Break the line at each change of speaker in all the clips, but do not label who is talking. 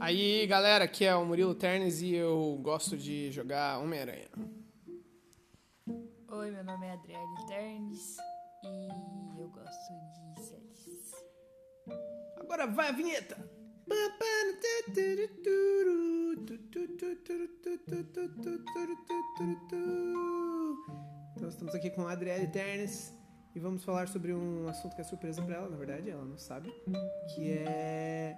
Aí, galera, aqui é o Murilo Ternes e eu gosto de jogar Homem-Aranha.
Oi, meu nome é Adriane Ternes e eu gosto de séries.
Agora vai a vinheta! Então estamos aqui com a Adriele Ternes e vamos falar sobre um assunto que é surpresa para ela, na verdade, ela não sabe, que é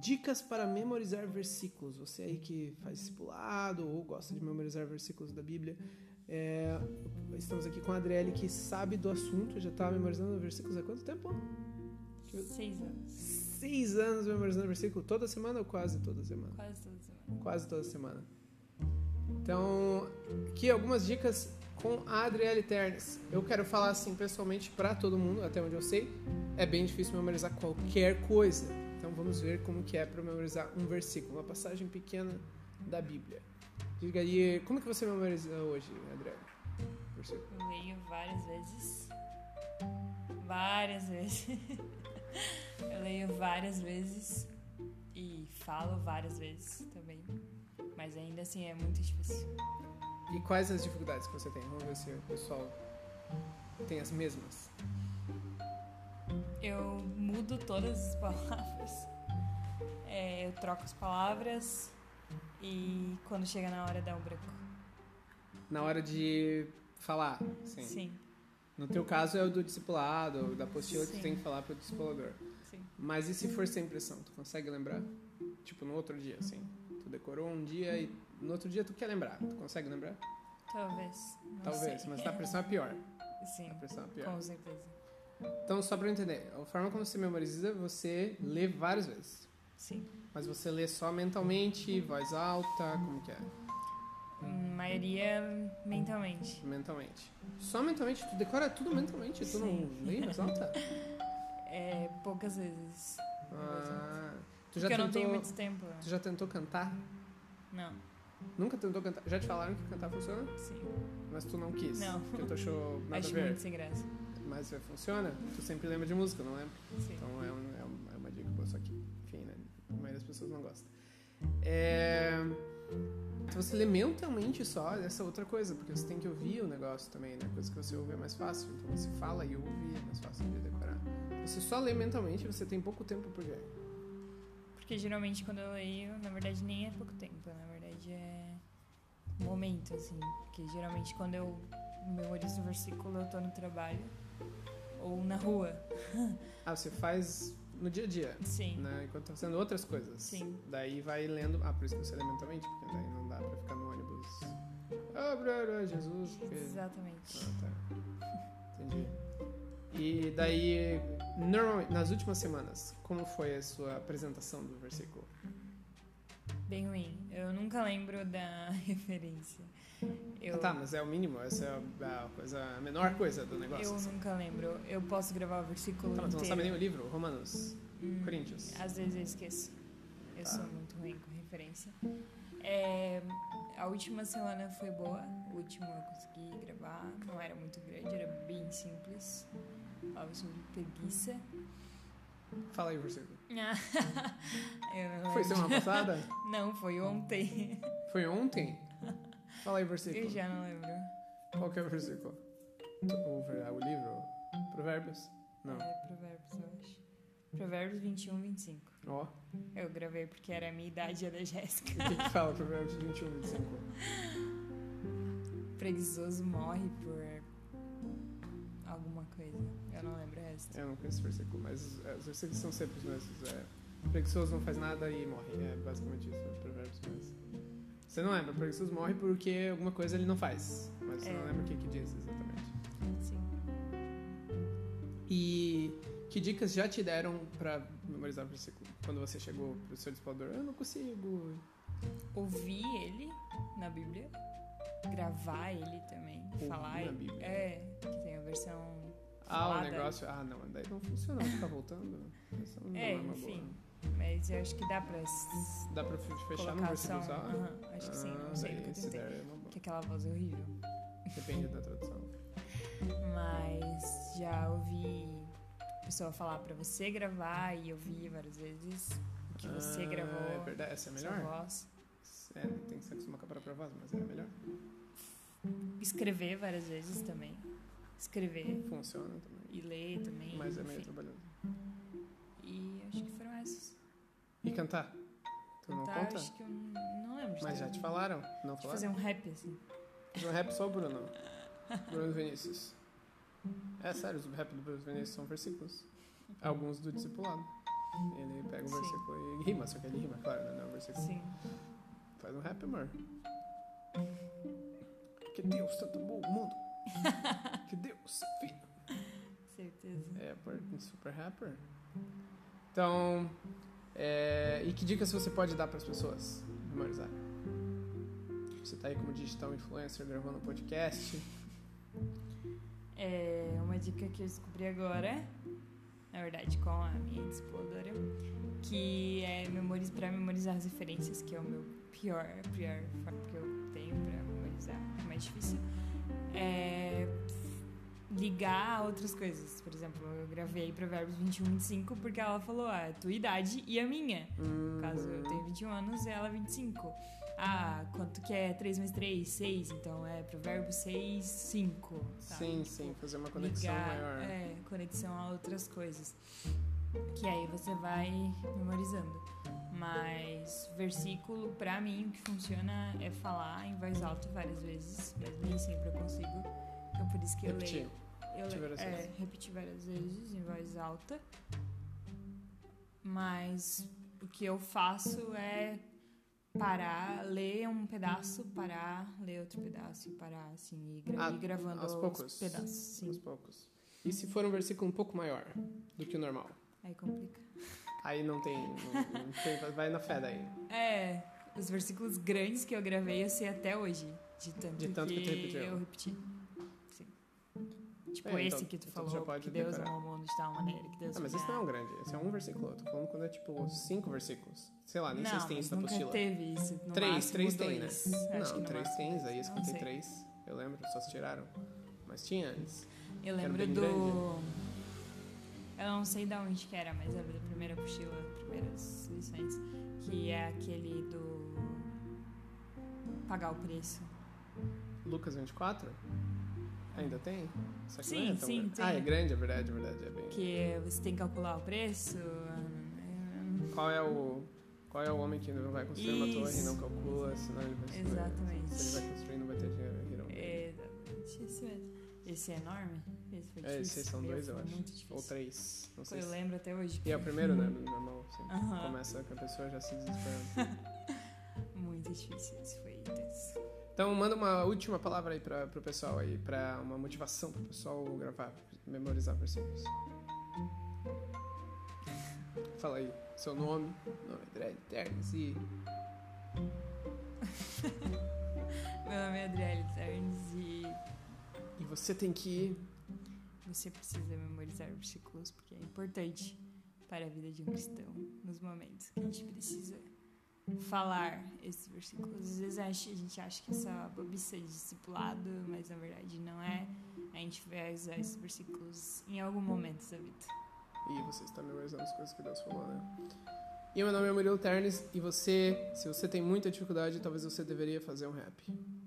dicas para memorizar versículos. Você aí que faz discipulado ou gosta de memorizar versículos da Bíblia, é, estamos aqui com a Adriele que sabe do assunto, já está memorizando versículos há quanto tempo?
Seis anos.
Seis anos memorizando versículo, toda semana ou quase toda semana?
Quase toda semana.
Quase toda semana. Então, aqui algumas dicas com a Adriele Ternes. Eu quero falar assim pessoalmente para todo mundo, até onde eu sei, é bem difícil memorizar qualquer coisa. Então vamos ver como que é para memorizar um versículo, uma passagem pequena da Bíblia. Diga aí, como que você memoriza hoje, Adriele? Versículo.
Eu leio várias vezes. Várias vezes. eu leio várias vezes e falo várias vezes também. Mas ainda assim é muito difícil.
E quais as dificuldades que você tem? Vamos ver se o pessoal tem as mesmas.
Eu mudo todas as palavras. É, eu troco as palavras e quando chega na hora dá um branco.
Na hora de falar, sim.
Sim,
No teu caso é o do discipulado, da apostila que tu
Sim.
tem que falar pro discipulador.
sim.
Mas e se for sem pressão? Tu consegue lembrar? Tipo, no outro dia, assim. Tu decorou um dia e no outro dia tu quer lembrar. Tu consegue lembrar?
Talvez. Não
Talvez,
sei.
mas na pressão é pior.
Sim,
Na pressão é pior.
com certeza.
Então, só pra eu entender, a forma como você memoriza, você lê várias vezes.
Sim.
Mas você lê só mentalmente, voz alta, como que é?
Hum, Maioria mentalmente.
Tipo, Mentalmente. Só mentalmente? Tu decora tudo mentalmente? Tu não
Sim.
lê em voz alta?
É, poucas vezes.
Ah, tu
Porque
já
eu não tenho
tentou...
muito tempo. né?
Tu já tentou cantar?
Não,
Nunca tentou cantar? Já te falaram que cantar funciona?
sim.
Mas tu não quis.
Não.
Porque tu achou nada
Acho
a ver.
muito sem graça.
Mas é, funciona. Tu sempre lembra de música, não lembra?
Sim.
Então é, um- é um- é uma dica boa, só que, enfim, né? A maioria das pessoas não gosta. É... Se você lê mentalmente só, essa é outra coisa, porque você tem que ouvir o negócio também, né? Coisa que você ouve é mais fácil. Então você fala e ouve é mais fácil de decorar. Você só lê mentalmente, você tem pouco tempo por ganhar.
Porque geralmente quando eu leio, na verdade nem é pouco tempo, na verdade é momento, assim. Porque geralmente quando eu memorizo o versículo, eu tô no trabalho ou na rua.
Ah, você faz no dia a dia.
Sim,
né, Enquanto tá fazendo outras coisas.
Sim.
Daí vai lendo. Ah, por isso que você lê mentalmente, porque daí não dá pra ficar no ônibus. Ah, blá, blá, Jesus. porque-
exatamente.
Ah, tá. Entendi. E daí, normalmente, nas últimas semanas, como foi a sua apresentação do versículo? Ah,
Bem ruim. Eu nunca lembro da referência. Eu,
Ah, tá, mas é o mínimo, essa é a, a coisa, a menor coisa do negócio.
eu
assim.
nunca lembro. Eu posso gravar o versículo
Tá, mas tu não
inteiro.
sabe nem o livro, Romanos,
Hum,
Coríntios.
Às vezes eu esqueço. Eu
Tá.
sou muito ruim com referência. É, a última semana foi boa. O último eu consegui gravar. Não era muito grande, era bem simples. Falava sobre preguiça.
Fala aí o versículo.
Eu não
Foi
lembro.
semana passada?
Não, foi ontem.
Foi ontem? Fala aí o versículo.
Eu já não lembro.
Qual que é o versículo? O, ver- ah, o livro? Provérbios? Não.
É, provérbios, eu acho. Provérbios 21, 25.
Ó,
Eu gravei porque era a minha idade e a da Jéssica.
o que, que fala Provérbios 21, 25?
Preguiçoso morre por alguma coisa. Eu não lembro o resto.
Eu não conheço esse versículo, mas é, os versículos são sempre os mesmos. É, preguiçoso não faz nada e morre. É basicamente isso, é Provérbios. Mas... Você não lembra, preguiçoso morre porque alguma coisa ele não faz. Mas você
É.
não lembra o que, que diz exatamente.
Sim.
E que dicas já te deram pra memorizar o versículo? Quando você chegou pro seu discipulador, eu não consigo.
ouvir ele na Bíblia, gravar ele também,
Ouvir
falar
na
ele.
Bíblia.
É, que tem a versão
Ah, o
falada.
negócio. Ah, não, daí não funciona, tá voltando. Essa não
É,
é uma boa.
enfim. Mas eu acho que dá pra s-
Dá pra fe- fechar no
colocar só.
versículo só?
Aham, acho que sim,
Ah,
não sei
daí,
porque eu
se
tentei.
der, é uma boa.
Que aquela voz é horrível.
Depende da tradução.
Mas já ouvi a pessoa falar pra você gravar e eu vi várias vezes.
O
que você
Ah,
gravou.
É verdade, essa é
sua
melhor?
voz.
É, tem que se acostumar com a própria voz, mas é melhor.
Escrever várias vezes também. Escrever
Funciona também.
e ler também.
Mas é meio
enfim.
trabalhoso.
E acho que foram essas.
E cantar? Tu não
Tá,
conta?
acho que eu não lembro. de
Mas
ter-
já te falaram? Não
De
falaram?
fazer um rap, assim.
No rap só o Bruno. Bruno Vinícius. É sério, os rap do Bruno Vinícius são versículos. Alguns do discipulado. Ele pega um
Sim.
versículo e rima, só que ele rima, claro, né? Não é um versículo.
Sim.
Faz um rap, amor. Que Deus tanto amou o mundo. que Deus, filho.
Certeza.
É, por um super rapper. Então, é, e que dicas você pode dar para as pessoas memorizar? Você tá aí como digital influencer gravando um podcast.
É uma dica que eu descobri agora, na verdade, com a minha exploradora, que é memoriz para memorizar as referências, que é o meu pior, a pior forma que eu tenho para memorizar, que é mais difícil. É ligar a outras coisas. Por exemplo, eu gravei Provérbios 21 e 25 porque ela falou ah, a tua idade e a minha.
Hum.
No caso, eu tenho 21 anos e ela 25. Ah, quanto que é 3 mais 3? 6. Então é provérbio 6, 5. sabe?
Sim,
Tipo,
sim, fazer uma conexão
ligar,
maior.
É, conexão a outras coisas. Que aí você vai memorizando. Mas versículo, pra mim, o que funciona é falar em voz alta várias vezes, mas nem sempre eu consigo. Então por isso que eu
Repetir.
leio. Eu
Repetir
leio-
várias
é,
vezes.
repeti várias vezes em voz alta. Mas o que eu faço é parar, ler um pedaço, parar, ler outro pedaço e parar, assim, e, gra
Ah,
e gravando
aos
os
poucos.
pedaços. Sim.
Aos poucos. E se for um versículo um pouco maior do que o normal?
Aí complica.
Aí não tem. Não, não tem vai na fé daí.
É, os versículos grandes que eu gravei eu sei até hoje. De tanto,
De tanto que tu repetiu.
eu repeti. Sim. Tipo
É, então-
esse que tu
então tu
falou,
já pode
que Deus
decorar.
amou o mundo de tal maneira, que Deus
Ah, mas
me
esse não é
ama.
um grande, esse é um versículo. Eu tô falando quando é tipo cinco versículos. Sei lá, nem sei se tem
mas
isso na
nunca
apostila.
teve isso. No
Três,
máximo
três tem, né?
dois. Acho que
Não,
no
três
máximo
tem,
dois.
aí
Não
escutei
sei.
três. Eu lembro, só se tiraram. Mas tinha antes.
Eu
Era
lembro
bem
do.
grande.
Eu não sei de onde que era, mas eu lembro da primeira apostila, primeiras lições, que é aquele do. Pagar o preço.
Lucas 24? Ainda tem? Só que
Sim,
não é tão
sim,
grande.
tem.
Ah, é grande, é verdade, é verdade. É bem...
Que você tem que calcular o preço. hum, hum,
Qual é o. Qual é o homem que não vai construir uma torre e não
Isso.
calcula, senão ele vai se-
Exatamente.
Se ele vai construir, não vai ter dinheiro. Ele um não vai ter.
é, Exatamente, esse mesmo. Esse é enorme? Esse foi
É,
difícil.
esses são
Meu,
dois, eu
foi
acho.
Muito difícil.
Ou três, não sei.
Eu
se-
lembro até hoje.
E é o primeiro, né? Normal, sempre.
Aham.
Começa com a pessoa já se desesperando.
Muito difícil. Esse foi tenso.
Então manda uma última palavra aí pra, pro pessoal aí, pra uma motivação pro pessoal gravar, memorizar versículos. Fala aí, seu nome, nome é Dread Ternes e
Meu nome é Adriele Ternes e
E você tem que ir.
Você precisa memorizar versículos porque é importante para a vida de um cristão nos momentos que a gente precisa falar esses versículos. Às vezes a gente- a gente acha que é só bobice de discipulado, mas na verdade não é. A gente vai usar esses versículos em algum momento da vida.
E você está memorizando as coisas que Deus falou, né? E meu nome é Murilo Ternes e você, se você tem muita dificuldade, talvez você deveria fazer um rap.